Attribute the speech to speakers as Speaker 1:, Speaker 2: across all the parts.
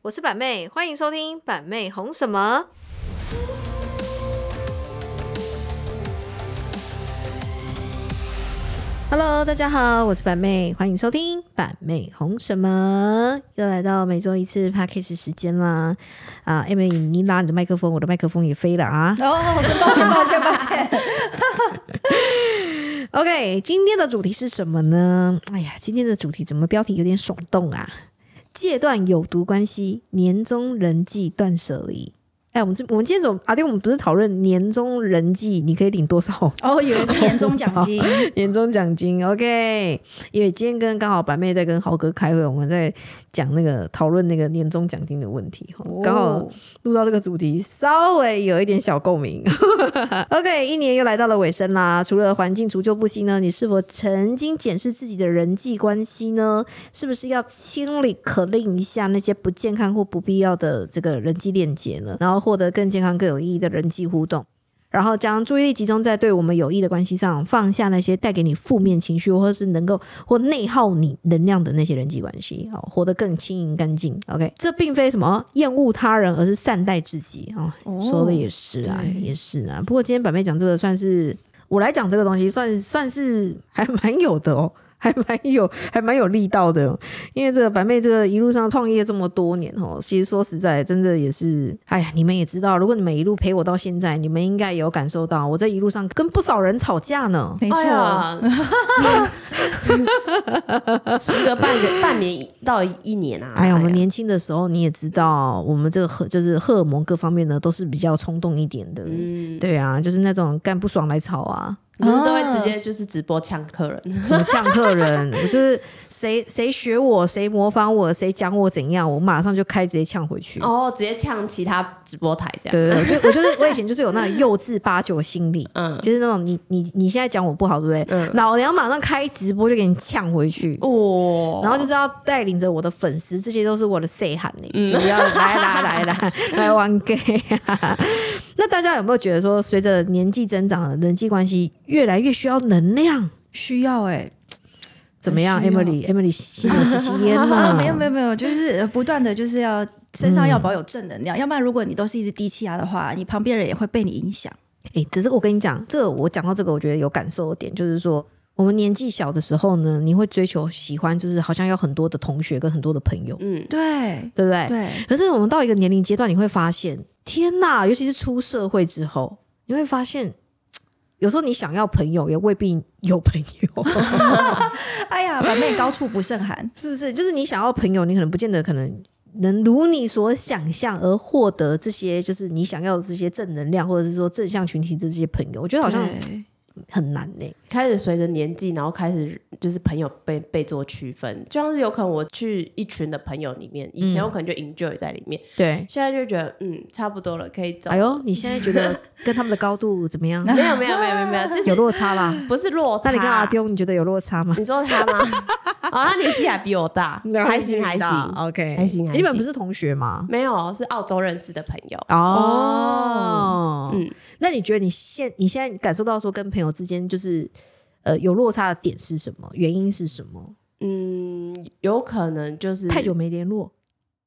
Speaker 1: 我是板妹，欢迎收听《板妹红什么》。Hello，大家好，我是板妹，欢迎收听《板妹红什么》，又来到每周一次 p a c k a g e 时间啦！啊，Emily，你拉你的麦克风，我的麦克风也飞了啊！
Speaker 2: 哦，真抱歉，抱歉，抱歉。
Speaker 1: OK，今天的主题是什么呢？哎呀，今天的主题怎么标题有点耸动啊？戒断有毒关系，年终人际断舍离。哎，我们这我们今天怎么阿丁？我们不是讨论年终人际你可以领多少
Speaker 2: 哦，以为是年终奖金，
Speaker 1: 年终奖金？OK，因为今天跟刚好白妹在跟豪哥开会，我们在讲那个讨论那个年终奖金的问题哈，刚好
Speaker 2: 哦
Speaker 1: 录到这个主题，稍微有一点小共鸣。OK，一年又来到了尾声啦。除了环境除旧布新呢，你是否曾经检视自己的人际关系呢？是不是要清理、可令一下那些不健康或不必要的这个人际链接呢？然后获得更健康、更有意义的人际互动。然后将注意力集中在对我们有益的关系上，放下那些带给你负面情绪，或者是能够或内耗你能量的那些人际关系，好，活得更轻盈干净。OK，这并非什么厌恶他人，而是善待自己啊、哦
Speaker 2: 哦
Speaker 1: 说的也是啊，
Speaker 2: 对
Speaker 1: 也是啊。不过今天板妹讲这个算是我来讲这个东西算，算是还蛮有的哦。 还蛮有，还蛮有力道的哦、因为这个板妹这个一路上创业这么多年哦，其实说实在，真的也是，哎呀，你们也知道，如果你们一路陪我到现在，你们应该也有感受到，我在一路上跟不少人吵架呢。
Speaker 2: 没错。
Speaker 3: 哎呀时隔半个半年到一年啊！
Speaker 1: 哎呀，我们年轻的时候你也知道，我们这个荷就是荷尔蒙各方面呢都是比较冲动一点的，
Speaker 3: 嗯，
Speaker 1: 对啊，就是那种干不爽来吵啊，
Speaker 3: 你们都会直接就是直播呛客
Speaker 2: 啊
Speaker 3: 人，
Speaker 1: 什么呛客人， 我就是谁谁学我，谁模仿我，谁讲我怎样，我马上就开直接呛回去。
Speaker 3: 哦，直接呛其他直播台这样。
Speaker 1: 对对对，我就我就是我以前就是有那种幼稚八九心理，
Speaker 3: 嗯
Speaker 1: 就是那种你你你现在讲我不好，对不对？
Speaker 3: 嗯
Speaker 1: 老娘马上开直播就给你呛回去。
Speaker 3: 哦
Speaker 1: 然后就是要带领着我的粉丝，这些都是我的 say 喊呢，
Speaker 3: 嗯
Speaker 1: 就是要来啦来啦来玩 gay、那啊 大家有没有觉得说，随着年纪增长，人际关系越来越需要能量？
Speaker 2: 需要哎、
Speaker 1: 怎么样
Speaker 2: 很需要
Speaker 1: ，Emily？Emily 心有戚戚焉
Speaker 2: 啊，
Speaker 1: 呐。
Speaker 2: 没有没有没有，就是呃不断的就是要身上要保有正能量，要不然如果你都是一直低气压的话，你旁边人也会被你影响。
Speaker 1: 哎、可是我跟你讲，这个我讲到这个，我觉得有感受的点就是说，我们年纪小的时候呢，你会追求喜欢，就是好像有很多的同学跟很多的朋友，
Speaker 3: 嗯，
Speaker 2: 对
Speaker 1: 对不对？
Speaker 2: 对，
Speaker 1: 可是我们到一个年龄阶段，你会发现，天呐，尤其是出社会之后，你会发现，有时候你想要朋友，也未必有朋友，
Speaker 2: 哎呀，把妹高处不胜寒。
Speaker 1: 是不是？就是你想要朋友，你可能不见得可能。能如你所想象而获得这些，就是你想要的这些正能量，或者是说正向群体的这些朋友，我觉得好像
Speaker 2: 对
Speaker 1: 很难呢、
Speaker 3: 开始随着年纪，然后开始就是朋友被被做区分，就像是有可能我去一群的朋友里面，以
Speaker 2: 嗯
Speaker 3: 前我可能就 enjoy 在里面，
Speaker 1: 对，
Speaker 3: 现在就觉得嗯差不多了，可以走。
Speaker 1: 哎呦，你现在觉 得跟他们的高度怎么样？
Speaker 3: 没 有没有没有没有没有，就
Speaker 1: 有
Speaker 3: 是
Speaker 1: 落差啦？
Speaker 3: 不是落差
Speaker 1: 那。你跟阿丢，你觉得有落差吗？
Speaker 3: 你说他 吗？哦，他年纪还比我大，还行还行。
Speaker 1: ，OK，
Speaker 3: 还行还行
Speaker 1: 你们不是同学吗？
Speaker 3: 没有，是澳洲认识的朋友。
Speaker 1: 哦，嗯
Speaker 3: 嗯，
Speaker 1: 那你觉得你现你现在感受到说跟朋友之间就是呃有落差的点是什么？原因是什么？
Speaker 3: 嗯，有可能就是
Speaker 1: 太久没联络，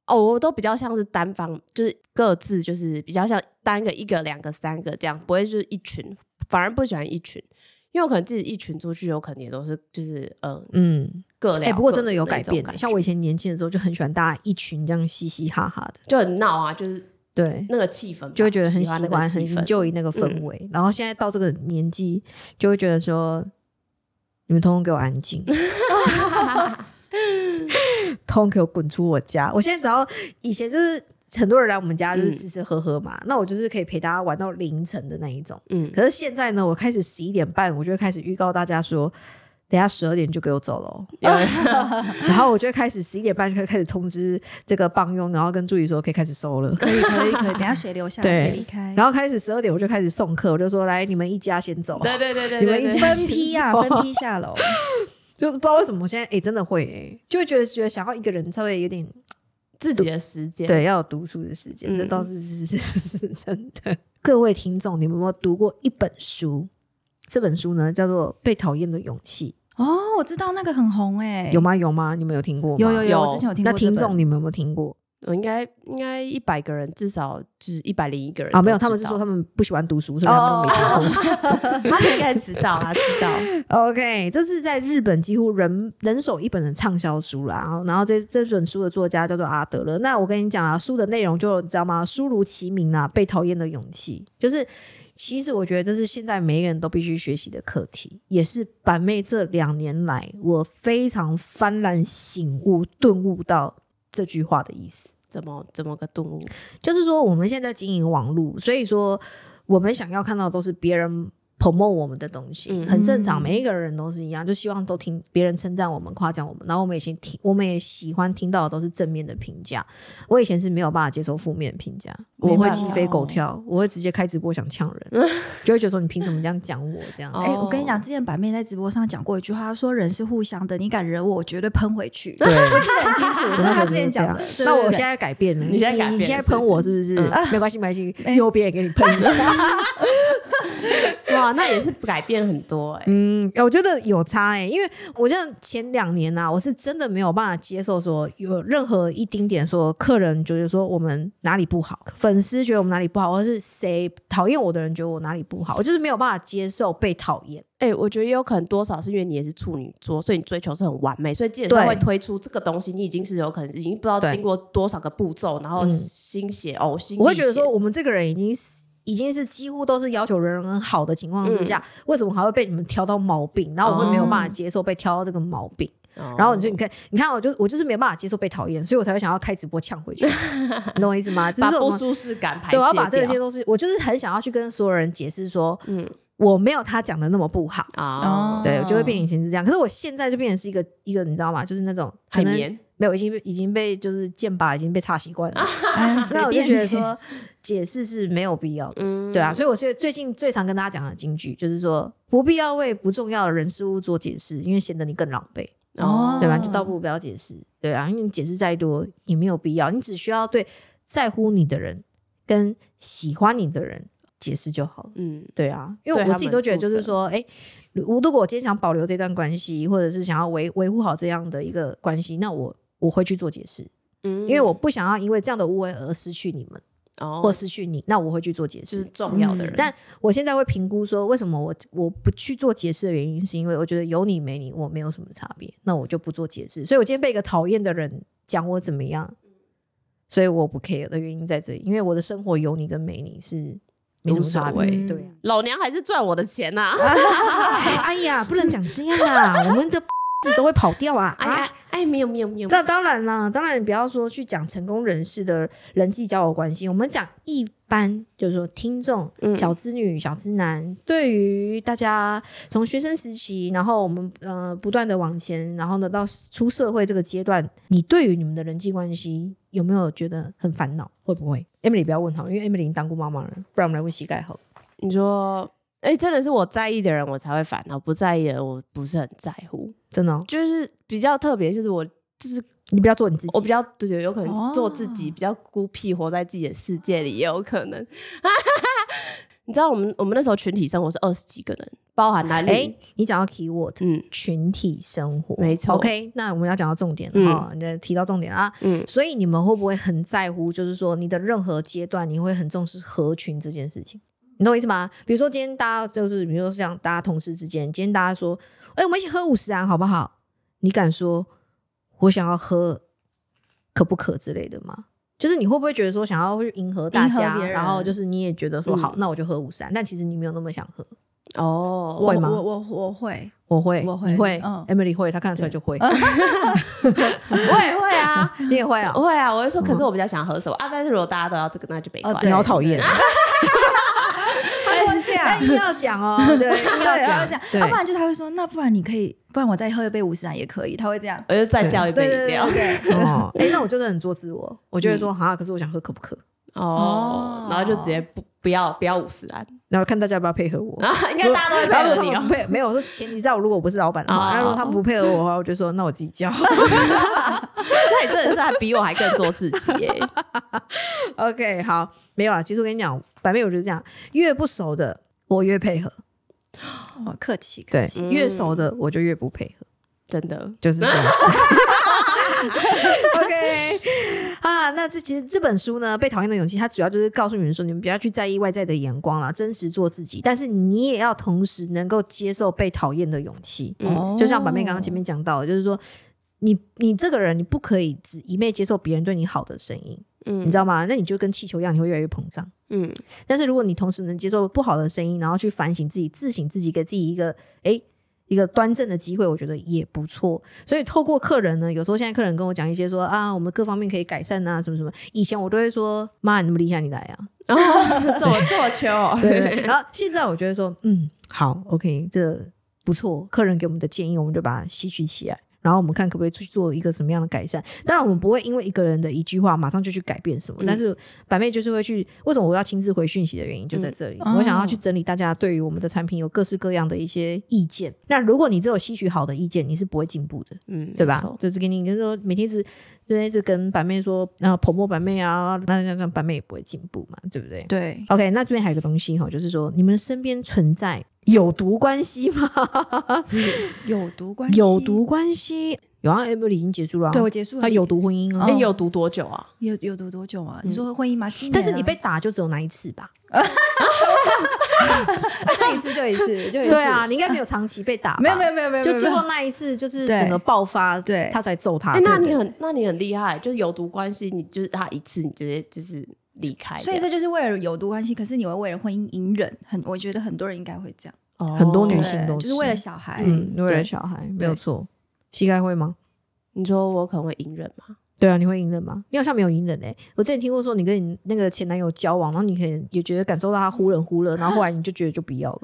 Speaker 3: 哦，我都比较像是单方，就是各自就是比较像单个一个、两个、三个这样，不会就是一群，反而不喜欢一群，因为我可能自己一群出去，有可能也都是就是嗯、呃、
Speaker 1: 嗯，
Speaker 3: 各
Speaker 1: 哎、
Speaker 3: 聊。
Speaker 1: 不过真的有
Speaker 3: 改
Speaker 1: 改变欸，像我以前年轻的时候就很喜欢大家一群这样嘻嘻哈哈的，
Speaker 3: 就很闹啊，就是
Speaker 1: 对。
Speaker 3: 那个气氛吧，
Speaker 1: 就会觉得很
Speaker 3: 喜
Speaker 1: 喜欢，
Speaker 3: 那个
Speaker 1: 很
Speaker 3: 气氛。嗯
Speaker 1: enjoy 那个氛围。然后现在到这个年纪，就会觉得说，你们通通给我安 静，通通给我滚出我家。我现在只要以前就是很多人来我们家就是
Speaker 3: 嗯
Speaker 1: 吃吃喝喝嘛，那我就是可以陪大家玩到凌晨的那一种。
Speaker 3: 嗯，
Speaker 1: 可是现在呢，我开始十一点半，我就会开始预告大家说。等一下十二点就给我走了哦，
Speaker 3: 有
Speaker 1: 然后我就会开始十一点半就开始通知这个帮佣，然后跟助理说可以开始收了。
Speaker 2: 可以可以 可以，等一下谁留下
Speaker 1: 对
Speaker 2: 谁离开，
Speaker 1: 然后开始十二点我就开始送客，我就说来你们一家先走，
Speaker 3: 对对对 对，
Speaker 1: 你们
Speaker 3: 对
Speaker 1: 一
Speaker 3: 对
Speaker 1: 家
Speaker 2: 分批 呀、分批下楼。
Speaker 1: 就是不知道为什么我现在哎、诶真的会哎、诶就会觉得觉得想要一个人稍微有点
Speaker 3: 自己的时间，
Speaker 1: 对要有独处的时间，
Speaker 3: 嗯
Speaker 1: 这倒是是是是是真的。各位听众，你们有没有读过一本书？这本书呢叫做《被讨厌的勇气
Speaker 2: 哦，我知道那个很红哎、
Speaker 1: 有吗？有吗？你们有听过吗？
Speaker 2: 有有有，
Speaker 3: 有
Speaker 2: 我之前有听过
Speaker 1: 那
Speaker 2: 这本。
Speaker 1: 听 众你们有没有听过？
Speaker 3: 我应该应该一百个人至少就是一百零一个人
Speaker 1: 啊，没有，
Speaker 3: 都知
Speaker 1: 他们是
Speaker 3: 道哦
Speaker 1: 说他们不喜欢读书，所以他们都没读。
Speaker 2: 哎
Speaker 3: 他应该知道，他知道。
Speaker 1: OK，这是在日本几乎人人手一本的畅销书啦。然后，然后这这本书的作家叫做阿德勒。那我跟你讲啊，书的内容就你知道吗？书如其名啊，被讨厌的勇气，就是其实我觉得这是现在每一个人都必须学习的课题，也是板妹这两年来我非常幡然醒悟、顿悟到这句话的意思。
Speaker 3: 怎么怎么个动物？
Speaker 1: 就是说我们现在经营网络，所以说我们想要看到的都是别人 promote 我们的东西，
Speaker 3: 嗯
Speaker 1: 很正常，每一个人都是一样，就希望都听别人称赞我们、夸奖我们，然后我们也先听，我们也喜欢听到的都是正面的评价。我以前是没有办法接受负面的评价，
Speaker 3: 没
Speaker 1: 我
Speaker 3: 办法
Speaker 1: 会鸡飞狗跳，我会直接开直播想呛人，就会觉得说你凭什么这样讲我这样。
Speaker 3: 哦
Speaker 2: 哎、我跟你讲，之前板妹在直播上讲过一句话，她说人是互相的，你敢惹我，我绝对喷回去。
Speaker 1: 对，
Speaker 2: 我记得很 清楚，这是她之前讲的。对
Speaker 1: 那我
Speaker 2: 对
Speaker 1: 现在改变了，
Speaker 3: 你现在改变了
Speaker 1: 你现在喷我是不是？没关系，没关系，右边也给你喷一下。
Speaker 3: 哇，那也是改变很多哎、
Speaker 1: 嗯，我觉得有差哎、因为我像前两年呐、啊，我是真的没有办法接受说有任何一丁点说客人觉得说我们哪里不好，粉丝觉得我们哪里不好，或是谁讨厌我的人觉得我哪里不好，我就是没有办法接受被讨厌。
Speaker 3: 哎、我觉得也有可能多少是因为你也是处女座，所以你追求是很完美，所以基本上
Speaker 1: 对
Speaker 3: 会推出这个东西，你已经是有可能已经不知道
Speaker 1: 对
Speaker 3: 经过多少个步骤，然后
Speaker 1: 嗯
Speaker 3: 心血、呕心沥血，
Speaker 1: 我会觉得说，我们这个人已经是已经是几乎都是要求人人好的情况
Speaker 3: 嗯
Speaker 1: 之下，为什么还会被你们挑到毛病？然后我会没有办法接受被挑到这个毛病。
Speaker 3: 哦，
Speaker 1: 然后你就你看，你看，我就我就是没办法接受被讨厌，所以我才会想要开直播呛回 去，你懂我意思吗？就是
Speaker 3: 把
Speaker 1: 这种
Speaker 3: 不舒适感排
Speaker 1: 对，
Speaker 3: 泄
Speaker 1: 我要把
Speaker 3: 掉哦
Speaker 1: 这些东西，我就是很想要去跟所有人解释说，
Speaker 3: 嗯
Speaker 1: 我没有他讲的那么不好。
Speaker 3: 啊，
Speaker 1: 对，我就会变以前是这样，可是我现在就变成是一个一个，你知道吗？就是那种可
Speaker 3: 海
Speaker 1: 能
Speaker 3: 绵
Speaker 1: 没有，已经被已经被就是剑拔，已经被插习惯了。
Speaker 3: 啊
Speaker 2: 哎
Speaker 1: 所以我
Speaker 2: 随
Speaker 1: 就
Speaker 2: 便
Speaker 1: 觉得
Speaker 2: 你
Speaker 1: 说，解释是没有必要的。
Speaker 3: 嗯
Speaker 1: 对啊，所以我现在最近最常跟大家讲的金句就是说，不必要为不重要的人事物做解释，因为显得你更狼狈。
Speaker 2: 哦
Speaker 1: 对吧？就倒
Speaker 3: 嗯
Speaker 1: 不如不要解释，对啊，因为你解释再多也没有必要，你只需要对在乎你的人跟喜欢你的人解释就好了。
Speaker 3: 嗯，
Speaker 1: 对啊，因为
Speaker 3: 对
Speaker 1: 我
Speaker 3: 他
Speaker 1: 自己
Speaker 3: 们
Speaker 1: 都觉得，
Speaker 3: 负
Speaker 1: 就是
Speaker 3: 责
Speaker 1: 说，哎，如如果我今天想保留这段关系，或者是想要维维护好这样的一个关系，那我我会去做解释，因
Speaker 3: 因
Speaker 1: 为我不想要因为这样的无为而失去你们，
Speaker 3: 嗯哦
Speaker 1: 或失去你，那我会去做解
Speaker 3: 就
Speaker 1: 释
Speaker 3: 是。重要的人，
Speaker 1: 但我现在会评估说，为什么我我不去做解释的原因，是因为我觉得有你没你，我没有什么差别，那我就不做解释。所以我今天被一个讨厌的人讲我怎么样，所以我不 care 的原因在这里，因为我的生活有你跟没你是没什么差
Speaker 3: 无所
Speaker 1: 别。
Speaker 2: 谓
Speaker 1: 对啊
Speaker 3: 老娘还是赚我的钱呐、啊！
Speaker 1: 哎呀，不能讲这样啊，我们的 字都会跑掉啊！
Speaker 3: 哎
Speaker 1: 啊
Speaker 3: 哎哎，没有没有没有，
Speaker 1: 那当然啦，当然不要说去讲成功人士的人际交友关系，我们讲一般就是说听众、
Speaker 3: 嗯
Speaker 1: 小资女、小资男，对于大家从学生时期，然后我们呃不断的往前，然后呢到出社会这个阶段，你对于你们的人际关系有没有觉得很烦恼？会不会？Emily 不要问好，因为 Emily 已经当过妈妈了，不然我们来问膝盖好了。
Speaker 3: 你说，哎、真的是我在意的人，我才会烦恼；不在意的人，我不是很在乎。
Speaker 1: 真的哦、
Speaker 3: 就是比较特别，就是我，就是
Speaker 1: 你不要做你自己。
Speaker 3: 我比较对，有可能
Speaker 2: 哦
Speaker 3: 做自己，比较孤僻，活在自己的世界里，也有可能。 你知道，我们我们那时候群体生活是二十几个人，包含男女，
Speaker 1: 哎，你讲到 keyword，
Speaker 3: 嗯
Speaker 1: 群体生活，
Speaker 3: 没错
Speaker 1: OK，那我们要讲到重点
Speaker 3: 嗯
Speaker 1: 啊，你的提到重点啊，
Speaker 3: 嗯，
Speaker 1: 所以你们会不会很在乎？就是说，你的任何阶段，你会很重视合群这件事情，你懂我意思吗？比如说今天大家就是，比如说像大家同事之间，今天大家说，哎、我们一起喝五十啊，好不好？你敢说我想要喝可不可之类的吗？就是你会不会觉得说想要去迎合大
Speaker 2: 迎合
Speaker 1: 家，
Speaker 2: 别人
Speaker 1: 然后就是你也觉得说
Speaker 3: 嗯
Speaker 1: 好，那我就喝五十啊，但其实你没有那么想喝。
Speaker 3: 哦，
Speaker 2: 我
Speaker 1: 会吗
Speaker 2: 我我我会，
Speaker 1: 我会，
Speaker 2: 我会
Speaker 1: 你会、
Speaker 2: 嗯
Speaker 1: e m i l y 会，她看得出来就 会，
Speaker 3: 我也会 啊，
Speaker 1: 你也会啊、
Speaker 2: 哦
Speaker 3: 我会啊，我会说，可是我比较想喝什么啊？但是如果大家都要这个，那就没
Speaker 2: 哦
Speaker 3: 关系。
Speaker 1: 你
Speaker 2: 对
Speaker 1: 好讨厌，
Speaker 2: 他会这样
Speaker 3: 啊
Speaker 1: 但。硬要讲 哦，对，硬要
Speaker 2: 哎对，他会
Speaker 1: 讲啊
Speaker 2: 这样，，啊
Speaker 1: 对
Speaker 2: 要、不然就他会说，那不然你可以，不然我再喝一杯五十奶也可以，他会这样。
Speaker 3: 我就再叫一杯饮
Speaker 2: 对对
Speaker 3: 料
Speaker 2: 对。对，
Speaker 1: 哦，嗯哎、那我就是很做自我，我就会说哈、可是我想喝可不可？
Speaker 3: 哦
Speaker 2: 哦，
Speaker 3: 然后就直接不不要不要五十 兰，
Speaker 1: 然后看大家要不要配合我。
Speaker 3: 然后应该大家都会配合你
Speaker 1: 然后如果他们
Speaker 3: 哦。
Speaker 1: 不配没有，我说前提是在我如果我不是老板的
Speaker 3: 哦
Speaker 1: 话，那、如果他们不配合我的话，我就说那我自己 叫。
Speaker 3: 那你真的是还比我还更做自己耶！
Speaker 1: OK，好，没有啦。其实我跟你讲，反面我就是这样，越不熟的我越配合，
Speaker 2: 哦，客气客
Speaker 1: 对嗯
Speaker 2: 气。，
Speaker 1: 越熟的我就越不配合。
Speaker 3: 真的，
Speaker 1: 就是这样。OK，啊，那那这其实这本书呢，《被讨厌的勇气》，它主要就是告诉你们说，你们不要去在意外在的眼光啦，真实做自己。但是你也要同时能够接受被讨厌的勇气。
Speaker 3: 嗯
Speaker 2: 哦
Speaker 1: 就像板妹刚刚前面讲到的，就是说，你你这个人，你不可以只一昧接受别人对你好的声音，
Speaker 3: 嗯
Speaker 1: 你知道吗？那你就跟气球一样，你会越来越膨胀。
Speaker 3: 嗯
Speaker 1: 但是如果你同时能接受不好的声音，然后去反省自己、自省自己，给自己一个诶一个端正的机会，我觉得也不错。所以透过客人呢，有时候现在客人跟我讲一些说啊，我们各方面可以改善啊，什么什么。以前我都会说，妈，你那么厉害，你来啊。
Speaker 3: 然后哦这么 这么缺哦，
Speaker 1: 对对。对然后现在我觉得说， 嗯，好，OK，这不错，客人给我们的建议，我们就把它吸取起来。然后我们看可不可以去做一个什么样的改善？当然，我们不会因为一个人的一句话马上就去改变什么，
Speaker 3: 嗯
Speaker 1: 但是板妹就是会去。为什么我要亲自回讯息的原因就在这里，
Speaker 2: 嗯
Speaker 1: 我想要去整理大家对于我们的产品有各式各样的一些意见。那如果你只有吸取好的意见，你是不会进步的。
Speaker 3: 嗯，
Speaker 1: 对
Speaker 3: 没
Speaker 1: 吧
Speaker 3: 错？
Speaker 1: 就是给你，就是说每天一直就一直跟板妹说，然后捧墨板妹啊，那那那板妹也不会进步嘛，对不对？
Speaker 2: 对，
Speaker 1: OK，那这边还有一个东西哈，就是说你们身边存在有毒关系 吗？
Speaker 2: 有毒关系，
Speaker 1: 有毒，关系，有啊，Emily 已经结束了、啊，
Speaker 2: 对我结束了。
Speaker 1: 他有毒婚姻啊。
Speaker 3: 哎，
Speaker 2: 哦
Speaker 3: 有读多久啊？
Speaker 2: 有有毒多久啊？你说婚姻吗？七年啊，
Speaker 1: 但是你被打就只有那一次吧？
Speaker 2: 就 一次就一次就一次，
Speaker 1: 对啊，，你应该没有长期被打吧，
Speaker 2: 没有没有没有没有，
Speaker 1: 就最后那一次就是
Speaker 2: 对
Speaker 1: 整个爆发，
Speaker 2: 对
Speaker 1: 他才揍他。
Speaker 3: 哎，那
Speaker 1: 啊对不
Speaker 3: 你
Speaker 1: 对
Speaker 3: 很那你很厉害，就是有毒关系，你就是他一次，你直接就是离开样，
Speaker 2: 所以这就是为了有毒关系，可是你会为了婚姻隐忍，很我觉得很多人应该会这样，
Speaker 3: 哦
Speaker 1: 很多女
Speaker 2: 对
Speaker 1: 性都
Speaker 2: 就是是为了小孩，
Speaker 1: 嗯，为了
Speaker 2: 对
Speaker 1: 小孩没有错，膝盖会吗？
Speaker 3: 你说我可能会隐忍吗？
Speaker 1: 对啊，你会隐忍吗？你好像没有隐忍哎、我之前听过说你跟你那个前男友交往，然后你可能也觉得感受到他忽冷忽热，然后后来你就觉得就不要了。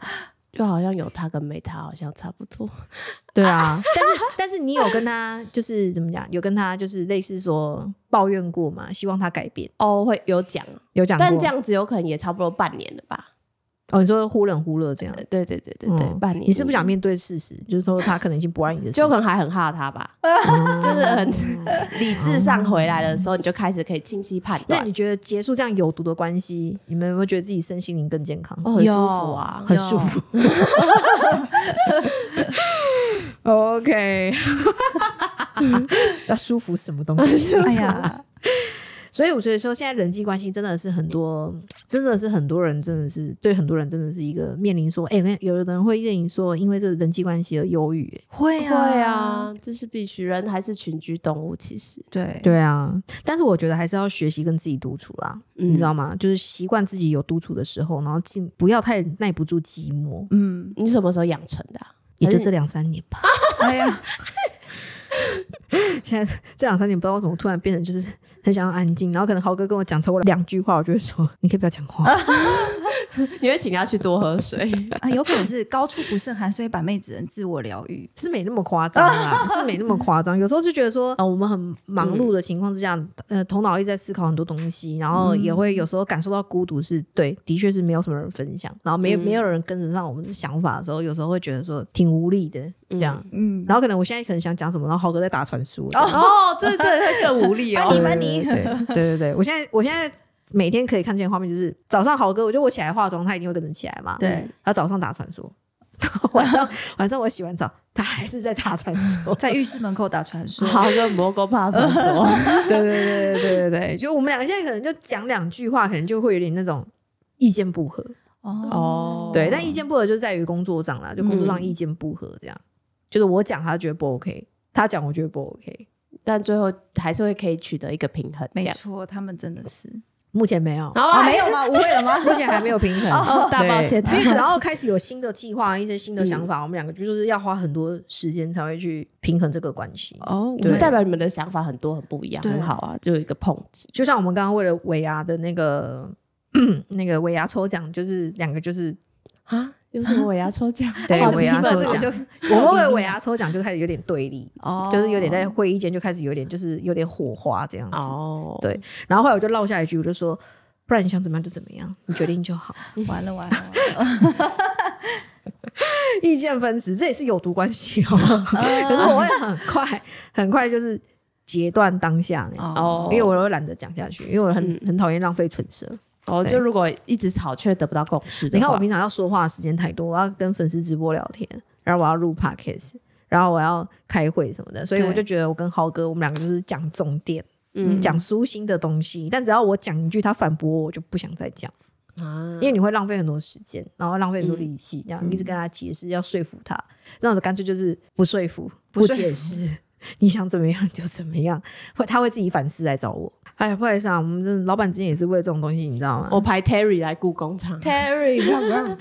Speaker 3: 就好像有他跟没他好像差不多，
Speaker 1: 对啊，但是但是你有跟他就是怎么讲？有跟他就是类似说抱怨过吗？希望他改变，
Speaker 3: 哦，会有讲，
Speaker 1: 有讲过？
Speaker 3: 但这样子有可能也差不多半年了吧？
Speaker 1: 哦，你说忽冷忽热这样
Speaker 3: 呃，对对对对对，
Speaker 1: 嗯
Speaker 3: 半年。
Speaker 1: 你是不想面对事实，就是说他可能已经不爱你的事实，
Speaker 3: 就可能还很怕他吧，就是很理智上回来的时候，你就开始可以清晰判
Speaker 1: 那
Speaker 3: 断
Speaker 1: 你，觉得结束这样有毒的关系，你们有没有觉得自己身心灵更健康？
Speaker 3: 哦，很舒服啊，
Speaker 1: 很舒服。OK，要舒服什么东 西？
Speaker 2: 哎呀，
Speaker 1: 所以我觉得说，现在人际关系真的是很多，真的是很多人，真的是对很多人真的是一个面临说，哎、那有的人会认为说，因为这个人际关系而忧郁、哎
Speaker 2: 会啊
Speaker 3: 会，啊，这是必须，人还是群居动物，其实，
Speaker 2: 对
Speaker 1: 对啊，但是我觉得还是要学习跟自己独处啦，
Speaker 3: 嗯
Speaker 1: 你知道吗？就是习惯自己有独处的时候，然后尽不要太耐不住寂寞，
Speaker 2: 嗯，
Speaker 3: 你什么时候养成的啊？
Speaker 1: 也就
Speaker 3: 还是
Speaker 1: 这两三年吧。
Speaker 2: 哎呀，
Speaker 1: 现在这两三年不知道为什么突然变成就是很想要安静，然后可能豪哥跟我讲超过两句话，我就会说 你可以不要讲话。
Speaker 3: 你会请他去多喝水，
Speaker 2: 啊，有可能是高处不胜寒，所以板妹只能自我疗愈。
Speaker 1: 是没那么夸张 啦，是没那么夸张。有时候就觉得说，呃，我们很忙
Speaker 2: 嗯
Speaker 1: 碌的情况之下，呃，头脑一直在思考很多东西，然后
Speaker 2: 嗯
Speaker 1: 也会有时候感受到孤独是，对，的确是没有什么人分享，然后没、
Speaker 2: 嗯
Speaker 1: 没有人跟得上我们的想法的时候，有时候会觉得说挺无力的这样。
Speaker 2: 嗯，
Speaker 1: 然后可能我现在可能想讲什么，然后豪哥在打传输。
Speaker 3: 哦，这这会更无 力
Speaker 2: 班
Speaker 3: 哦
Speaker 2: 尼，
Speaker 1: 对对
Speaker 2: 班尼，
Speaker 1: 对对对对对，我现在我现在。每天可以看见的画面就是早上豪哥，我觉得我起来化妆，他一定会跟着起来嘛。
Speaker 2: 对，
Speaker 1: 他早上打传说， 晚上晚上我洗完澡，他还是在打传说。
Speaker 2: 在浴室门口打传说，
Speaker 3: 好个蘑菇怕什说，
Speaker 1: 对对对对对对对，就我们两个现在可能就讲两句话，可能就会有点那种意见不合。
Speaker 3: 哦
Speaker 1: 对，但意见不合就在于工作上啦，就工作上意见不合这样，就是我讲他觉得不 OK，他讲我觉得不 OK。
Speaker 3: 但最后还是会可以取得一个平衡，这
Speaker 2: 没
Speaker 3: 样。
Speaker 2: 错，他们真的是
Speaker 1: 目前没有，
Speaker 3: 然后
Speaker 2: 啊，
Speaker 3: 还
Speaker 2: 没有吗？误会了 吗？
Speaker 1: 目前还没有平衡。
Speaker 3: 哦大
Speaker 1: 对
Speaker 3: 抱歉
Speaker 1: 因为只要开始有新的计划、一些新的想法，我们两个就是要花很多时间才会去平衡这个关系。
Speaker 2: 哦，
Speaker 1: 对
Speaker 3: 是代表你们的想法很多很不一样，
Speaker 2: 对
Speaker 3: 很好啊，就有一个碰击。
Speaker 1: 就像我们刚刚为了尾牙的那个 那个尾牙抽奖，就是两个就是
Speaker 3: 啊，有什么尾牙抽奖？
Speaker 1: 对
Speaker 3: 好
Speaker 1: 尾牙
Speaker 3: 奇怪
Speaker 1: 抽
Speaker 3: 这个
Speaker 1: 奖
Speaker 3: 就
Speaker 1: 我们为了尾牙抽奖就开始有点对立，
Speaker 2: 哦
Speaker 1: 就是有点在会议间就开始有点就是有点火花这样子。
Speaker 3: 哦，
Speaker 1: 对然后后来我就落下一句，我就说，不然你想怎么样就怎么样，你决定就好。
Speaker 2: 完了完了完了，
Speaker 1: 意见分歧，这也是有毒关系哦。 可是我会很快很快就是截断当下、欸，
Speaker 3: 哦，
Speaker 1: 因为我都懒得讲下去，因为我很、很讨厌浪费唇舌。
Speaker 3: 哦，
Speaker 1: 对
Speaker 3: 就如果一直吵却得不到共识的
Speaker 1: 你看
Speaker 3: 话
Speaker 1: 我平常要说话的时间太多，我要跟粉丝直播聊天，然后我要录 podcast，然后我要开会什么的，所以
Speaker 2: 对
Speaker 1: 我就觉得我跟豪哥我们两个就是讲重点，
Speaker 3: 嗯
Speaker 1: 讲舒心的东西，但只要我讲一句他反驳我，我就不想再讲，
Speaker 3: 啊
Speaker 1: 因为你会浪费很多时间，然后浪费很多力气，然后一直跟他解释要说服他，那我干脆就是不说服，不
Speaker 2: 不说服
Speaker 1: 解释。 你想怎么样就怎么样，会他会自己反思来找我。哎呀，不好意思啊，我们真的老板之间也是为了这种东西，你知道吗？
Speaker 3: 我排 Terry 来雇工厂，
Speaker 2: Terry，让 让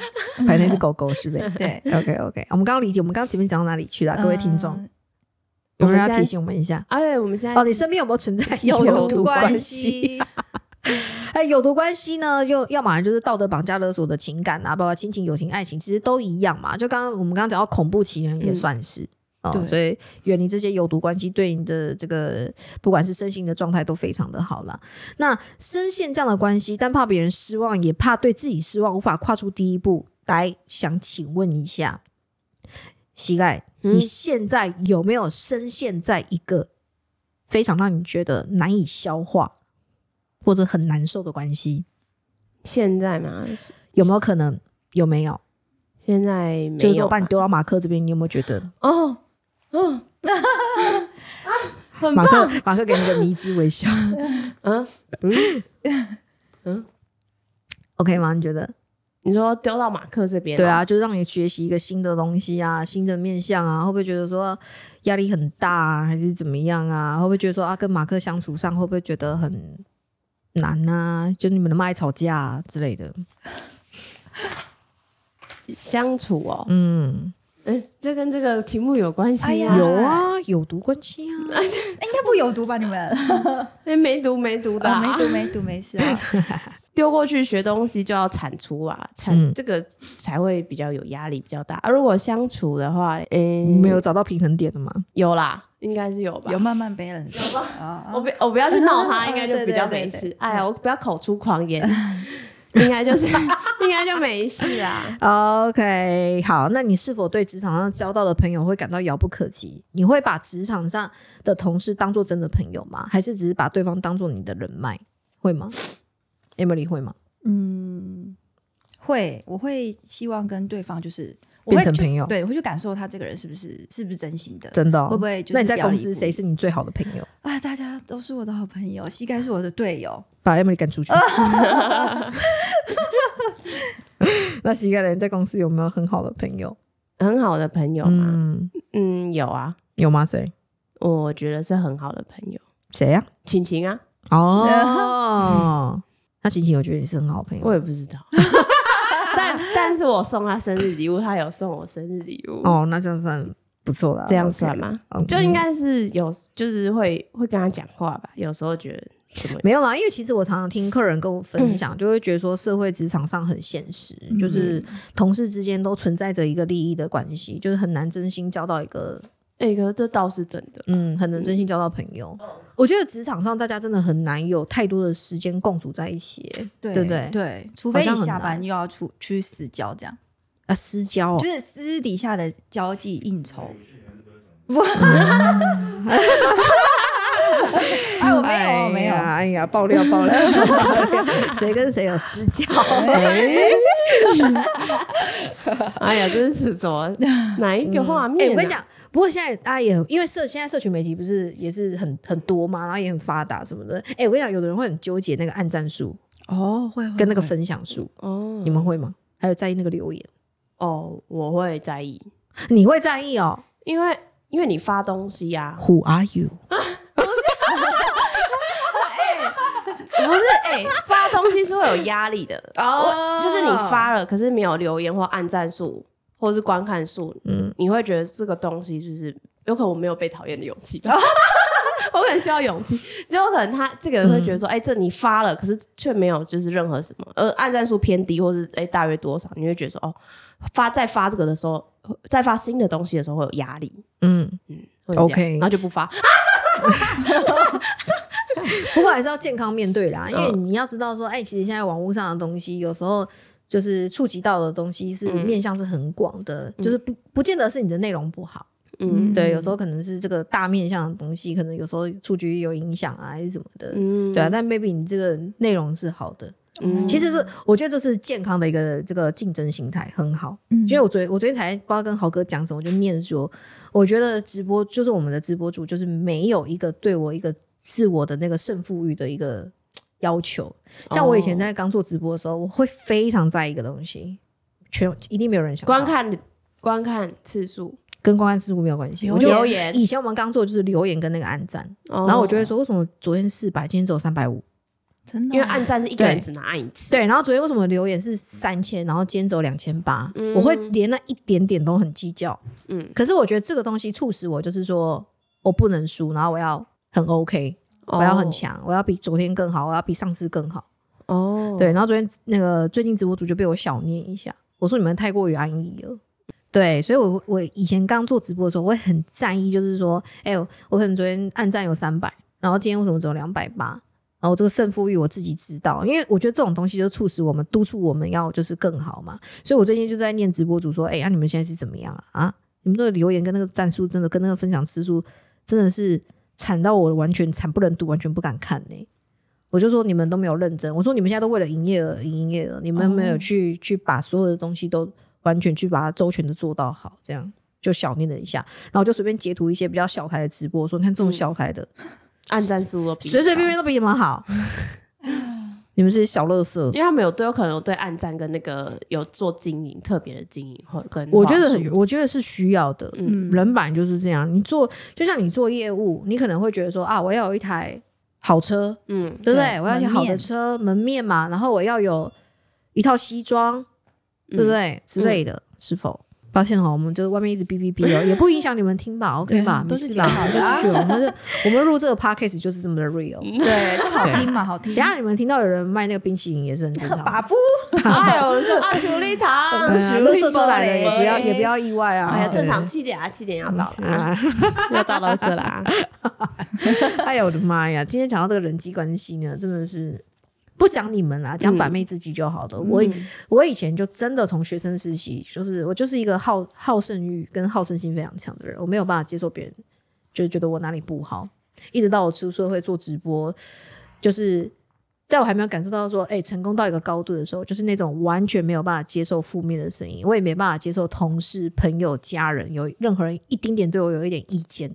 Speaker 1: 反正那只狗狗是呗。
Speaker 2: 嗯对，
Speaker 1: OK OK，我们刚刚离题，我们刚刚前面讲到哪里去
Speaker 2: 呃
Speaker 1: 了？各位听众，
Speaker 2: 嗯
Speaker 1: 有
Speaker 3: 我们
Speaker 1: 没有要
Speaker 3: 现在
Speaker 1: 提醒我们一下？
Speaker 3: 哎，我们现在
Speaker 1: 哦，你身边有没有存在
Speaker 2: 有
Speaker 1: 毒
Speaker 2: 毒
Speaker 1: 关
Speaker 2: 关
Speaker 1: 系？
Speaker 2: 系，
Speaker 1: 哎，有毒关系呢，又要么就是道德绑架勒索的情感啊，包括亲情、友情、爱情，其实都一样嘛。就刚刚我们刚刚讲到恐怖情人也算是。哦，
Speaker 2: 对
Speaker 1: 所以远离这些有毒关系，对你的这个不管是身心的状态都非常的好啦。那深陷这样的关系，但怕别人失望，也怕对自己失望，无法跨出第一步。来，想请问一下，膝盖，
Speaker 3: 嗯
Speaker 1: 你现在有没有深陷在一个非常让你觉得难以消化或者很难受的关系？
Speaker 3: 现在嘛，
Speaker 1: 有没有可能？有没有？
Speaker 3: 现在
Speaker 1: 就
Speaker 3: 没
Speaker 1: 是说
Speaker 3: 有
Speaker 1: 把
Speaker 3: 吧
Speaker 1: 你丢到马克这边，你有没有觉得
Speaker 3: 哦哦，
Speaker 1: 马克马克给你个迷之微笑
Speaker 3: 嗯，
Speaker 1: ，OK 吗？你觉得？
Speaker 3: 你说丢到马克这边，哦
Speaker 1: 对，啊，就让你学习一个新的东西啊，新的面向啊，会不会觉得说压力很大啊，还是怎么样啊？会不会觉得说啊，跟马克相处上会不会觉得很难啊？就你们那么爱吵架、啊、之类的，
Speaker 3: 相处哦，
Speaker 1: 嗯，
Speaker 3: 哎，这跟这个题目有关
Speaker 2: 哎
Speaker 3: 系
Speaker 2: 呀
Speaker 3: 啊，
Speaker 1: 有啊，有毒关系啊，
Speaker 2: 应该不有毒吧？你们
Speaker 3: 哎没读没读的
Speaker 2: 啊
Speaker 3: 啊，
Speaker 2: 没毒没毒没事啊。
Speaker 3: 丢过去学东西就要产出啊，产、
Speaker 1: 嗯
Speaker 3: 这个才会比较有压力比较大。啊而如果相处的话，嗯，
Speaker 1: 没有找到平衡点的嘛。
Speaker 3: 有啦，应该是有吧。
Speaker 2: 有慢慢 balance，啊
Speaker 3: 我不我不要去闹 他，
Speaker 2: 嗯
Speaker 3: 应该就比较没
Speaker 2: 对对
Speaker 3: 事
Speaker 2: 对。
Speaker 3: 哎呀，我不要口出狂 言，应该就是 应该就没事啊。
Speaker 1: OK，好，那你是否对职场上交到的朋友会感到遥不可及？你会把职场上的同事当做真的朋友吗？还是只是把对方当做你的人脉？会吗？Emily 会吗？
Speaker 2: 嗯，会，我会希望跟对方就是我
Speaker 1: 变
Speaker 2: 会
Speaker 1: 成
Speaker 2: 去
Speaker 1: 朋友
Speaker 2: 对，我会去感受他这个人是不是是不是真心的，
Speaker 1: 真的哦、
Speaker 2: 会不会就是
Speaker 1: 那你在
Speaker 2: 表里
Speaker 1: 公司
Speaker 2: 不
Speaker 1: 谁
Speaker 2: 一
Speaker 1: 是你最好的朋友？
Speaker 2: 啊？大家都是我的好朋友，膝盖是我的队友，
Speaker 1: 把 Emily 赶出去。 那膝盖人在公司有没有很好的朋友？
Speaker 3: 很好的朋友嘛，
Speaker 1: 嗯，
Speaker 3: 嗯有啊，
Speaker 1: 有吗？谁？
Speaker 3: 我觉得是很好的朋友。
Speaker 1: 谁呀、
Speaker 3: 晴晴啊，
Speaker 1: 哦，那晴晴，我觉得你是很好的朋友
Speaker 3: 我。也不知 道，但但是我送他生日礼物，他有送我生日礼物，
Speaker 1: 哦，那这样算不错了。
Speaker 3: 这样
Speaker 1: OK
Speaker 3: 算？吗？
Speaker 1: 嗯
Speaker 3: 就应该是有，就是会会跟他讲话吧。有时候觉得怎么
Speaker 1: 没有啦，因为其实我常常听客人跟我
Speaker 2: 嗯
Speaker 1: 分享，就会觉得说社会职场上很现实，就是同事之间都存在着一个利益的关系，就是很难真心交到一个
Speaker 3: 哎、可是这倒是真的。
Speaker 1: 嗯，很难真心交到朋友。
Speaker 2: 嗯
Speaker 1: 我觉得职场上大家真的很难有太多的时间共处在一起耶，
Speaker 2: 对
Speaker 1: 对
Speaker 2: 对
Speaker 1: 不对
Speaker 2: 除
Speaker 1: 好
Speaker 2: 非
Speaker 1: 像
Speaker 2: 你
Speaker 1: 很
Speaker 2: 下
Speaker 1: 难
Speaker 2: 班又要出去私交这样，
Speaker 1: 啊，私交、哦
Speaker 2: 就。是私底下的交际应酬。
Speaker 1: 嗯
Speaker 2: 不，哎，我没有，我没有
Speaker 1: 哎，呀，哎呀爆料爆料， 谁跟谁有私交？
Speaker 3: 哎呀，真是怎 么哪一个画面、
Speaker 1: 哎、
Speaker 3: 啊
Speaker 1: 我跟你，讲，不过现在大家也很因为社现在社群媒体不是也是很很多嘛，然后也很发达什么的。哎、我跟你讲，有的人会很纠结那个按赞数
Speaker 2: 哦，会会
Speaker 1: 跟那个
Speaker 2: 会
Speaker 1: 分享数，
Speaker 3: 哦
Speaker 1: 你们会吗？还有在意那个留言，
Speaker 3: 哦，我会在意，
Speaker 1: 你会在意哦
Speaker 3: 因为因为你发东西呀、啊，
Speaker 1: ？Who are you？
Speaker 3: 不是哎、发东西是会有压力的
Speaker 1: 哦
Speaker 3: 我就是你发了，可是没有留言或按赞数或是观看数，
Speaker 1: 嗯
Speaker 3: 嗯，你会觉得这个东西就是有可能我没有被讨厌的勇气吧。
Speaker 1: 哦
Speaker 3: 我可能需要勇气， 就有可能他这个人会觉得
Speaker 1: 嗯
Speaker 3: 说，哎、这你发了，可是却没有就是任何什么，而按赞数偏低，或是哎、大约多少，你会觉得说，哦，发再发这个的时候，呃再发新的东西的时候会有压力，
Speaker 1: 嗯，
Speaker 3: 会这样
Speaker 1: OK
Speaker 3: 然后就不发。
Speaker 1: 不过还是要健康面对啦，因为你要知道说，哎、其实现在网络上的东西有时候。就是触及到的东西是
Speaker 3: 嗯
Speaker 1: 面向是很广的，就是不不见得是你的内容不好，
Speaker 3: 嗯
Speaker 1: 对，有时候可能是这个大面向的东西，可能有时候触及有影响啊，还是什么的，
Speaker 3: 嗯
Speaker 1: 对啊。但 maybe 你这个内容是好的，
Speaker 3: 嗯
Speaker 1: 其实是我觉得这是健康的一个这个竞争心态，很好。
Speaker 2: 嗯
Speaker 1: 因为我昨天我昨天才不知道跟豪哥讲什么，我就念说，我觉得直播就是我们的直播主，就是没有一个对我一个自我的那个胜负欲的一个嘖要求。像我以
Speaker 3: 哦
Speaker 1: 前在刚做直播的时候，我会非常在意一个东西，全一定没有人想到
Speaker 3: 观看观看次数，
Speaker 1: 跟观看次数没有关系。
Speaker 2: 留
Speaker 1: 我就
Speaker 3: 留言哦
Speaker 1: 以前我们刚做就是留言跟那个按赞，
Speaker 3: 然
Speaker 1: 然后我就会，说为什么昨天四百，今天只有三百五？
Speaker 2: 真的哦、
Speaker 3: 因为按赞是一个人
Speaker 1: 对
Speaker 3: 只能按一次，
Speaker 1: 对，然后昨天为什么留言是三千，然后今天只有两千八
Speaker 3: 嗯？
Speaker 1: 我会连那一点点都很计较。
Speaker 3: 嗯，
Speaker 1: 可是我觉得这个东西促使我，就是说我不能输，然后我要很 OK，我
Speaker 3: 哦
Speaker 1: 要很强，我要比昨天更好，我要比上次更好。
Speaker 3: 哦，
Speaker 1: 对，，然后昨天那个最近直播主就被我小念一下，我说你们太过于安逸了。对，所以我我以前刚做直播的时候，我会很在意，就是说，哎、我我可能昨天按赞有三百，然后今天为什么只有两百八？然后这个胜负欲我自己知道，因为我觉得这种东西就促使我们督促我们要就是更好嘛。所以我最近就在念直播主说，哎、呀、你们现在是怎么样啊？啊，你们这个留言跟那个战术真的跟那个分享次数真的是惨到我完全惨不忍睹，完全不敢看呢、我就说你们都没有认真，我说你们现在都为了营业额、营业额，你们没有去、去把所有的东西都完全去把它周全的做到好，这样就小念了一下，然后就随便截图一些比较小台的直播，说你看这种小台的，
Speaker 3: 按赞数都比
Speaker 1: 随随便
Speaker 3: 高，
Speaker 1: 便都比你们好，你们这些小乐色。
Speaker 3: 因为他们有都有可能有对暗赞跟那个有做经营特别的经营，或跟
Speaker 1: 我觉得
Speaker 3: 话术
Speaker 1: 很，我觉得是需要的。
Speaker 2: 嗯
Speaker 1: 人版就是这样，你做就像你做业务，你可能会觉得说啊，我要有一台好车，
Speaker 3: 嗯
Speaker 1: 对不对？
Speaker 2: 对
Speaker 1: 我要有一台
Speaker 2: 门
Speaker 1: 好的
Speaker 2: 面
Speaker 1: 车，门面嘛，然后我要有一套西装，
Speaker 3: 嗯
Speaker 1: 对不对、之类的？是否？抱歉哦，我们就是外面一直哔哔哔 哦，也不影响你们听吧，OK 吧？
Speaker 2: 都
Speaker 1: 没
Speaker 2: 是
Speaker 1: 事
Speaker 2: 挺
Speaker 1: 吧？
Speaker 2: 好的啊
Speaker 1: 我们就继续我们 是，我们录这个 podcast 就是这么的 real。
Speaker 3: 嗯
Speaker 2: 对，就好听嘛，好听
Speaker 1: 等一。下你们听到有人卖那个冰淇淋也是很 正常，
Speaker 2: 把布，
Speaker 3: 哎呦，说阿修丽塔，
Speaker 1: 对啊，乐色车来了也不要
Speaker 3: 哎
Speaker 1: 也不要意外啊。
Speaker 3: 哎呀，
Speaker 1: 对
Speaker 3: 正常七点啊，七点要到了，
Speaker 1: 啊！
Speaker 3: 要到了是啦。
Speaker 1: 哎呀，我的妈呀！今天讲到这个人际关系呢，真的是不讲你们啦，讲板妹自己就好了。我我以前就真的从学生时期，就是我就是一个好好胜欲跟好胜心非常强的人，我没有办法接受别人就觉得我哪里不好，一直到我出社会做直播，就是。在我还没有感受到说，哎、成功到一个高度的时候，就是那种完全没有办法接受负面的声音，我也没办法接受同事、朋友、家人有任何人一丁点对我有一点意见，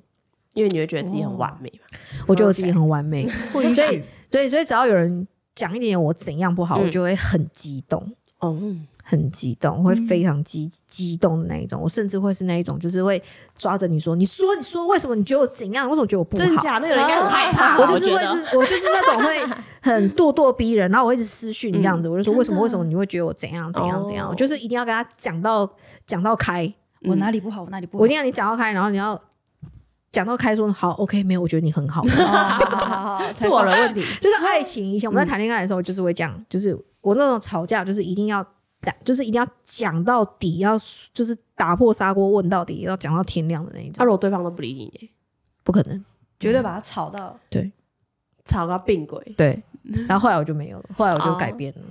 Speaker 3: 因为你会觉得自己很完美嘛。
Speaker 1: 我觉得我自己很完 美。
Speaker 2: 不允
Speaker 1: 所以
Speaker 2: 许。
Speaker 1: 对，所以只要有人讲一点点我怎样不好，
Speaker 3: 嗯
Speaker 1: 我就会很激动，
Speaker 3: 哦，
Speaker 1: 很激动，会非常激激动的那一种。我甚至会是那一种，就是会抓着你说，你说，你说，为什么你觉得我怎样？为什么觉得我不
Speaker 3: 真
Speaker 1: 好？
Speaker 3: 假那个人应该很害怕，
Speaker 1: 我就是
Speaker 3: 觉
Speaker 1: 会
Speaker 3: 得
Speaker 1: 是，我就是那种会很咄咄逼人，然后我一直私讯这
Speaker 3: 嗯
Speaker 1: 样子，我就说为什么为什么你会觉得我怎样怎样怎样？
Speaker 3: 啊哦
Speaker 1: 我就是一定要跟他讲到讲到开，
Speaker 3: 嗯
Speaker 2: 我哪里不好，我哪里不好。
Speaker 1: 我一定要你讲到开，然后你要讲到开说好 OK 没有，我觉得你很好，
Speaker 2: 哦好好好好，
Speaker 3: 是我的问题。
Speaker 1: 就是爱情，以前我们在谈恋爱的时候，就是会这样，就是我那种吵架，就是一定要打，就是一定要讲到底，要就是打破砂锅问到底，要讲到天亮的那一
Speaker 3: 那
Speaker 1: 种，
Speaker 3: 啊如果对方都不理你呢，
Speaker 1: 不可能。
Speaker 2: 绝对把它吵到。
Speaker 3: 吵个病鬼，
Speaker 1: 对，哦然后后来我就没有了，后来我就改变了。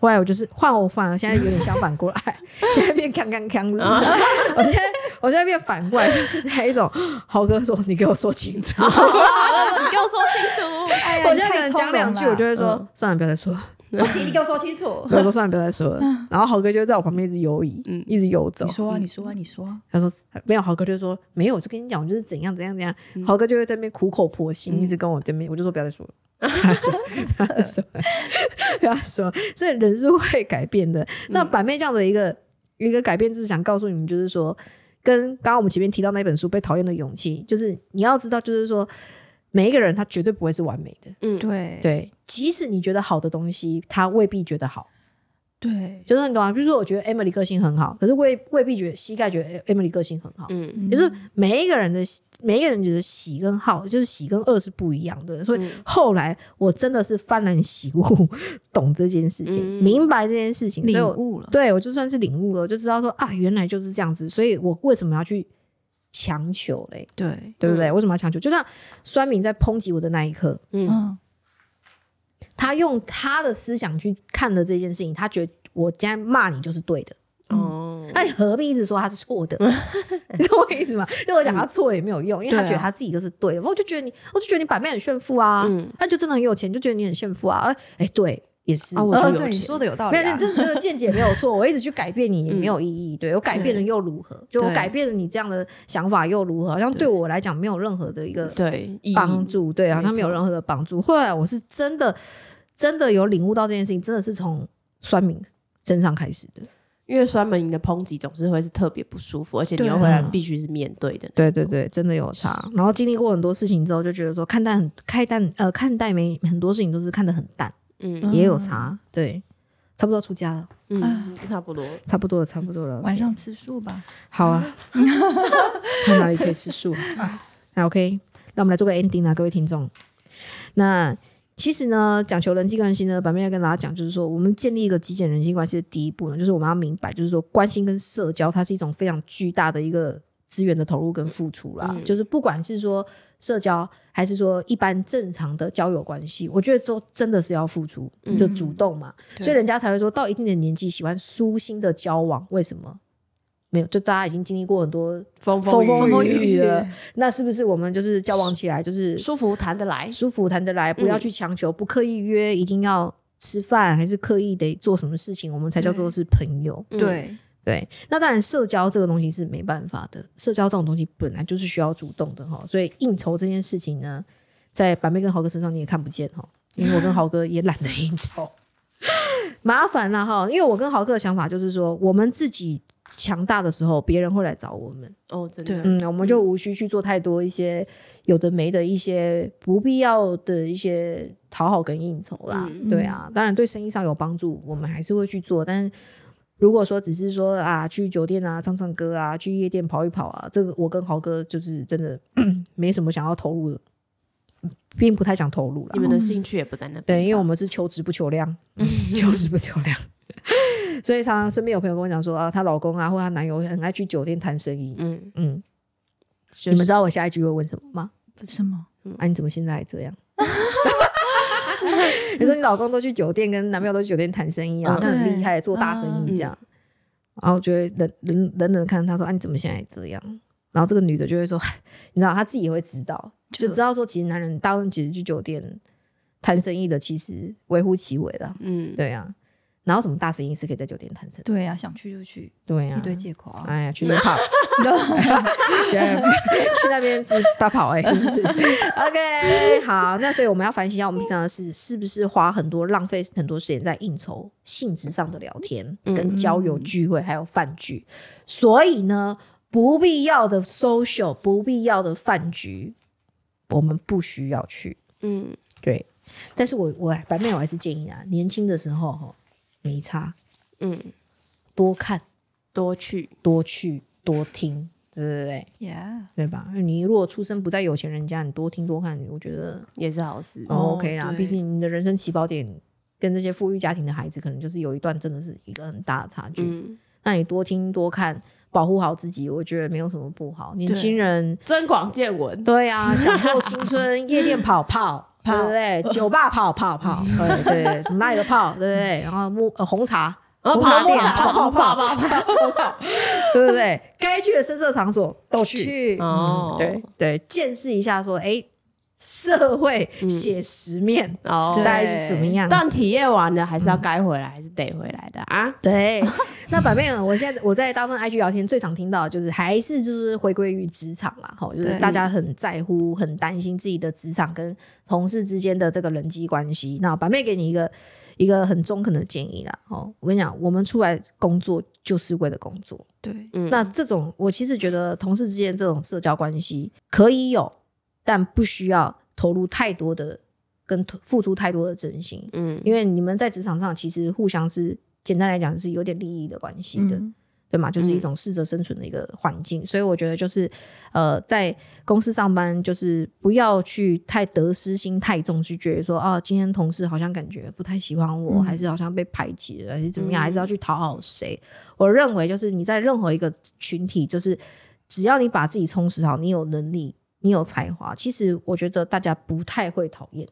Speaker 1: 后来我就是换我反而现在有点相反过来， 现在变康康康的， 我现在我现在变反过来，就是那一种豪哥说你给我说清 楚，
Speaker 3: 你给我说清楚。
Speaker 2: 哎
Speaker 1: 哦我现在可能讲两句，我就会说、
Speaker 3: 嗯
Speaker 1: 算了，不要再说 了，
Speaker 2: 不行，你给我说清楚。
Speaker 1: 我说算了，不要再说了。然后豪哥就会在我旁边一直游移，
Speaker 3: 嗯
Speaker 1: 一直游走
Speaker 2: 你。说啊，你说啊，你说啊。
Speaker 1: 他说没有，豪哥就说没有，我就跟你讲，我就是怎样怎样怎样。豪哥就会在那边苦口婆心，一直跟我对面，我就说不要再说了。他说，他说，他说，所以人是会改变的。那板妹这样的一个一个改变，就是想告诉你们，就是说，跟刚刚我们前面提到那本书《被讨厌的勇气》，就是你要知道，就是说，每一个人他绝对不会是完美的。
Speaker 3: 嗯，
Speaker 2: 对
Speaker 1: 对，即使你觉得好的东西，他未必觉得好。
Speaker 2: 对，
Speaker 1: 就是你懂啊？比如说，我觉得 Emily 个性很好，可是未未必觉得膝盖觉得哎 Emily 个性很好。
Speaker 3: 嗯，
Speaker 1: 就是每一个人的每一个人觉得喜跟好，就是喜跟恶是不一样的。所
Speaker 2: 嗯
Speaker 1: 以后来我真的是幡然醒悟， 懂这件事情，
Speaker 3: 嗯
Speaker 1: 明白这件事情，所以
Speaker 2: 领
Speaker 1: 我
Speaker 2: 悟了。
Speaker 1: 对我就算是领悟了，我就知道说啊，原来就是这样子。所以我为什么要去强求嘞？
Speaker 2: 对，
Speaker 1: 对不对？为什么要强求？就像酸敏在抨击我的那一刻，
Speaker 2: 嗯，
Speaker 1: 他用他的思想去看的这件事情，他觉得我今天骂你就是对的。
Speaker 3: 哦，
Speaker 1: 那你何必一直说他是错的？ 你懂我意思吗？对我讲他错也没有用，因为他
Speaker 2: 对啊
Speaker 1: 觉得他自己就是对的。我就觉得你，我就觉得你版面很炫富啊，
Speaker 3: 嗯
Speaker 1: 他就真的很有钱，就觉得你很炫富啊。哎、哎对也是。
Speaker 3: 啊我
Speaker 2: 呃，
Speaker 3: 就有
Speaker 2: 对，你
Speaker 3: 钱
Speaker 2: 说的有道理、
Speaker 1: 没
Speaker 2: 啊，
Speaker 1: 有，你这这个见解没有错。我一直去改变你也没有意义，对我改变了又如何？就我
Speaker 2: 对
Speaker 1: 改变了你这样的想法又如何？好像对我来讲没有任何的一个
Speaker 3: 对，意义
Speaker 1: 帮助，对，好像
Speaker 3: 没
Speaker 1: 没有
Speaker 3: 错
Speaker 1: 任何的帮助。后来我是真的真的有领悟到这件事情，真的是从酸民身上开始的。
Speaker 3: 因为酸民的抨击总是会是特别不舒服，而且你
Speaker 2: 对
Speaker 3: 又回来
Speaker 1: 啊
Speaker 3: 必须是面对的。
Speaker 1: 对对，对，真的有差。然后经历过很多事情之后，就觉得说看淡很看淡，呃，看待没很多事情都是看得很淡，
Speaker 3: 嗯
Speaker 1: 也有差。对，差不多要出家了，
Speaker 2: 哎
Speaker 3: 嗯，差不多。
Speaker 1: 差不多了，差不多了。
Speaker 2: 晚上吃素吧。
Speaker 1: 好啊，看哪里可以吃素。那 OK，那我们来做个 ending 啊，各位听众。那其实呢，讲求人际关系呢，版面要跟大家讲，就是说我们建立一个极简人际关系的第一步呢，就是我们要明白，就是说关心跟社交，它是一种非常巨大的一个资源的投入跟付出啦。就是不管是说社交，还是说一般正常的交友关系，我觉得都真的是要付出，就主动嘛。
Speaker 2: 对
Speaker 1: 所以人家才会说到一定的年纪喜欢舒心的交往，为什么？没有，就大家已经经历过很多
Speaker 3: 风
Speaker 1: 风
Speaker 3: 风
Speaker 1: 风
Speaker 3: 雨
Speaker 1: 雨雨了， 那是不是我们就是交往起来就是嗯
Speaker 3: 舒服谈得来。
Speaker 1: 舒服谈得来，不要去强求，不刻意约，一定要吃饭，还是刻意得做什么事情，我们才叫做是朋友。
Speaker 3: 嗯
Speaker 2: 对，
Speaker 1: 对，那当然社交这个东西是没办法的，社交这种东西本来就是需要主动的哈，所以应酬这件事情呢，在板妹跟豪哥身上你也看不见哈，因为我跟豪哥也懒得应酬， 麻烦了哈，因为我跟豪哥的想法就是说，我们自己强大的时候，别人会来找我们。
Speaker 3: 哦，真的
Speaker 2: 对
Speaker 1: 嗯，我们就无需去做太多一些有的没的一些不必要的一些讨好跟应酬啦。
Speaker 3: 嗯
Speaker 1: 对啊，当然对生意上有帮助，我们还是会去做。但如果说只是说啊，去酒店啊唱唱歌啊，去夜店跑一跑啊，这个我跟豪哥就是真的 没什么想要投入的，并不太想投入了
Speaker 3: 你。
Speaker 2: 嗯
Speaker 3: 们的兴趣也不在那边吧。
Speaker 1: 对，因为我们是求职不求 量，嗯求职不求量， 所以常常身边有朋友跟我讲说啊，她老公啊或她男友很爱去酒店谈生意，
Speaker 3: 嗯，
Speaker 1: 嗯，
Speaker 3: 就是嗯
Speaker 1: 你们知道我下一句会问什么吗？
Speaker 2: 什么？
Speaker 1: 啊，你怎么现在还这样？ 你说你老公都去酒店，跟男朋友都去酒店谈生意啊，
Speaker 3: 嗯
Speaker 1: 他很厉害，做大生意这样。然后我觉得冷冷冷冷看他说啊，你怎么现在还这样？然后这个女的就会说， 你知道，她自己也会知道，
Speaker 3: 嗯
Speaker 1: 就知道说，其实男人大部分其实去酒店谈生意的，其实微乎其微的，
Speaker 3: 嗯，
Speaker 1: 对啊。然后什么大生意是可以在酒店谈成的？
Speaker 2: 对呀、想去就去，
Speaker 1: 对啊
Speaker 2: 一，堆借口啊。
Speaker 1: 哎呀， 去那跑，去去那边是大跑哎、 是不是？OK，好，那所以我们要反省一下，我们平常是是不是花很多浪费很多时间在应酬性质上的聊天、跟交友聚会还有饭局，所以呢，不必要的 social，不必要的饭局，我们不需要去。
Speaker 3: 嗯，
Speaker 1: 对，但是我我白妹我还是建议啊，年轻的时候哈没差，
Speaker 3: 嗯，
Speaker 1: 多看
Speaker 3: 多去，
Speaker 1: 多去多听，对不对？
Speaker 2: Yeah，
Speaker 1: 对吧？你如果出身不在有钱人家，你多听多看，我觉得、
Speaker 3: 也是好事。
Speaker 1: 哦、
Speaker 2: 哦
Speaker 1: OK 啦。
Speaker 2: 对
Speaker 1: 毕竟你的人生起跑点跟这些富裕家庭的孩子，可能就是有一段真的是一个很大的差距。
Speaker 3: 嗯，
Speaker 1: 那你多听多看，保护好自己，我觉得没有什么不好。年轻人，
Speaker 3: 增广见闻。
Speaker 1: 对啊，享受青春， 夜店跑跑。对不对？酒吧跑跑 跑，对对，什么那里都泡，对不对？然后木呃红茶，
Speaker 3: 然后
Speaker 1: 红茶
Speaker 3: 爬
Speaker 1: 店
Speaker 3: 爬
Speaker 1: 泡泡
Speaker 3: 爬
Speaker 1: 泡
Speaker 3: 爬
Speaker 1: 泡
Speaker 3: 爬爬
Speaker 1: 泡， 对不对？该去的深色场所都去，
Speaker 2: 去
Speaker 3: 哦，
Speaker 1: 嗯对对，见识一下说，哎，社会写实面、
Speaker 3: 嗯哦，
Speaker 1: 大
Speaker 2: 对
Speaker 1: 概是什么样子？
Speaker 3: 但体验完了还是要该回来，还是得回来的啊。
Speaker 1: 对， 那反面我现在我在大部分 IG 聊天最常听到的就是还是就是回归于职场啦，吼，就是
Speaker 2: 对
Speaker 1: 大家很在乎、很担心自己的职场跟同事之间的这个人际关系。那板妹给你一个一个很中肯的建议啦，哦，我跟你讲，我们出来工作就是为了工作，
Speaker 2: 对，
Speaker 3: 嗯，
Speaker 1: 那这种，我其实觉得同事之间这种社交关系可以有，但不需要投入太多的跟投付出太多的真心，
Speaker 3: 嗯
Speaker 1: 因为你们在职场上其实互相是简单来讲是有点利益的关系的，
Speaker 2: 嗯
Speaker 1: 对吗？就是一种适者生存的一个环境，所以我觉得就是呃，在公司上班就是不要去太得失心太重，去觉得说啊，今天同事好像感觉不太喜欢我，
Speaker 2: 嗯
Speaker 1: 还是好像被排挤了，还是怎么样，还是要去讨好谁？我认为就是你在任何一个群体，就是只要你把自己充实好，你有能力。你有才华，其实我觉得大家不太会讨厌。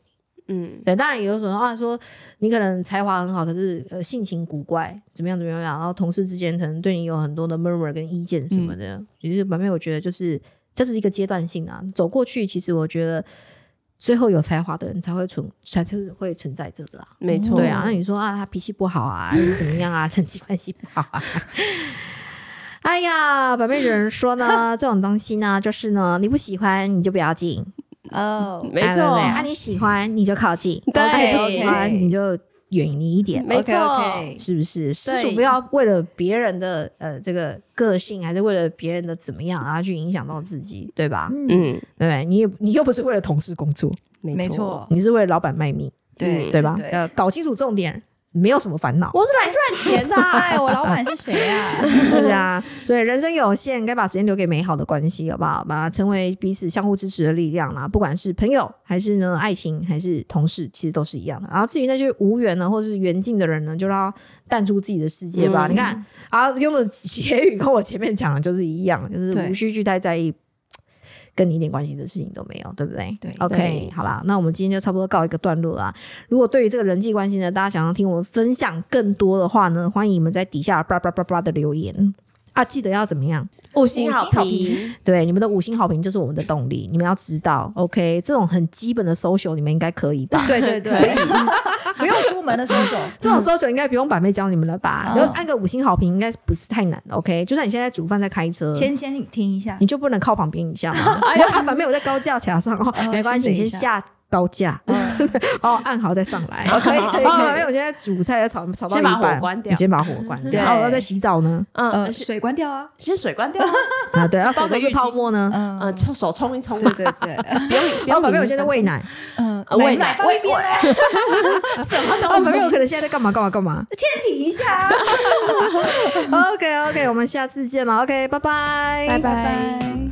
Speaker 3: 嗯
Speaker 1: 对，当然也有人啊说你可能才华很好，可是呃性情古怪，怎么样怎么样，然后同事之间可能对你有很多的 murmur 跟意见什么
Speaker 3: 嗯
Speaker 1: 的。其实版面我觉得就是这是一个阶段性啊，走过去，其实我觉得最后有才华的人才会存，才是会存在这个啊。
Speaker 3: 没错，
Speaker 1: 对啊，那你说啊，他脾气不好啊，还是怎么样啊， 人际关系不好啊？ 哎呀，百媚人说呢，这种东西呢，就是呢，你不喜欢你就不要进，
Speaker 2: 哦，
Speaker 3: 没
Speaker 1: 哎对不
Speaker 3: 错
Speaker 1: 对，啊，你喜欢你就靠近，
Speaker 3: 对
Speaker 1: 啊你不喜欢
Speaker 2: OK
Speaker 1: 你就远离一点。
Speaker 3: 没错
Speaker 2: OK，OK
Speaker 1: 是不是？实属不要为了别人的呃这个个性，还是为了别人的怎么样，然后去影响到自己，对吧？
Speaker 3: 嗯，
Speaker 1: 对不对，你也你又不是为了同事工作，
Speaker 2: 没，
Speaker 3: 哦
Speaker 2: 错，
Speaker 1: 你是为了老板卖命，
Speaker 2: 对
Speaker 1: 对吧？
Speaker 2: 嗯对
Speaker 1: 要搞清楚重点，没有什么烦恼。
Speaker 3: 我是来赚钱的啊，
Speaker 2: 哎，我老板是谁呀？
Speaker 1: 是 啊，所以人生有限，该把时间留给美好的关系，好不好？把它成为彼此相互支持的力量啦。不管是朋友，还是呢爱情，还是同事，其实都是一样的。然后至于那些无缘呢，或是缘尽的人呢，就让他淡出自己的世界吧。
Speaker 3: 嗯
Speaker 1: 你看，啊，用的结语跟我前面讲的就是一样，就是
Speaker 2: 对
Speaker 1: 无需去太在意。跟你一点关系的事情都没有，对不对？
Speaker 2: 对
Speaker 1: o k
Speaker 3: 对
Speaker 1: 好啦，那我们今天就差不多告一个段落啦。如果对于这个人际关系呢，大家想要听我们分享更多的话呢，欢迎你们在底下叭叭叭叭的留言啊！记得要怎么样？
Speaker 3: 五
Speaker 2: 星
Speaker 3: 星
Speaker 2: 好
Speaker 3: 好
Speaker 2: 评
Speaker 3: 评，
Speaker 1: 对，你们的五星好评就是我们的动力，你们要知道，OK？这种很基本的 social 你们应该可以吧？
Speaker 2: 对 对对，不用出门的搜索，
Speaker 1: 这种 social 应该不用板妹教你们了吧？
Speaker 2: 嗯
Speaker 1: 然后按个五星好评应该不是太难，OK？就算你现在煮饭在开车，
Speaker 2: 先先听一下
Speaker 1: 你，就不能靠旁边一下吗？你就啊，板妹我在高架桥上哦，
Speaker 2: 哦
Speaker 1: 没关系，你
Speaker 2: 先等
Speaker 1: 先
Speaker 2: 一下
Speaker 1: 下高架
Speaker 2: 嗯
Speaker 1: 哦， 按好再上来。
Speaker 2: 好 可以可以
Speaker 1: 哦，板
Speaker 2: 可
Speaker 1: 妹
Speaker 2: 以，
Speaker 1: 我现在煮菜要炒炒到
Speaker 3: 先
Speaker 1: 一
Speaker 3: 把火
Speaker 1: 半，
Speaker 3: 关掉
Speaker 1: 你先把火关
Speaker 2: 对
Speaker 1: 掉，然后我在洗澡呢。
Speaker 3: 嗯
Speaker 2: 呃，，水关掉啊，
Speaker 3: 先水关掉啊，
Speaker 1: 啊，对，要手
Speaker 3: 包个
Speaker 1: 都是
Speaker 3: 浴巾
Speaker 1: 泡沫呢。
Speaker 3: 嗯，
Speaker 2: 嗯，
Speaker 3: 冲手冲一冲
Speaker 2: 对
Speaker 3: 嘛，
Speaker 2: 对对，
Speaker 3: 不用不
Speaker 1: 然后旁
Speaker 3: 用理
Speaker 1: 边
Speaker 3: 那
Speaker 1: 我现在
Speaker 3: 个
Speaker 1: 喂奶，
Speaker 2: 嗯，
Speaker 3: 呃
Speaker 2: 奶
Speaker 3: 喂
Speaker 2: 奶
Speaker 3: 奶
Speaker 2: 放一边，
Speaker 3: 什 么
Speaker 1: 哦，旁
Speaker 3: 东
Speaker 1: 边
Speaker 3: 西
Speaker 1: 我可能现在在干嘛干嘛干嘛。
Speaker 2: 先停一下啊，
Speaker 1: OK OK，我们下次见了。OK，拜拜，
Speaker 2: 拜拜。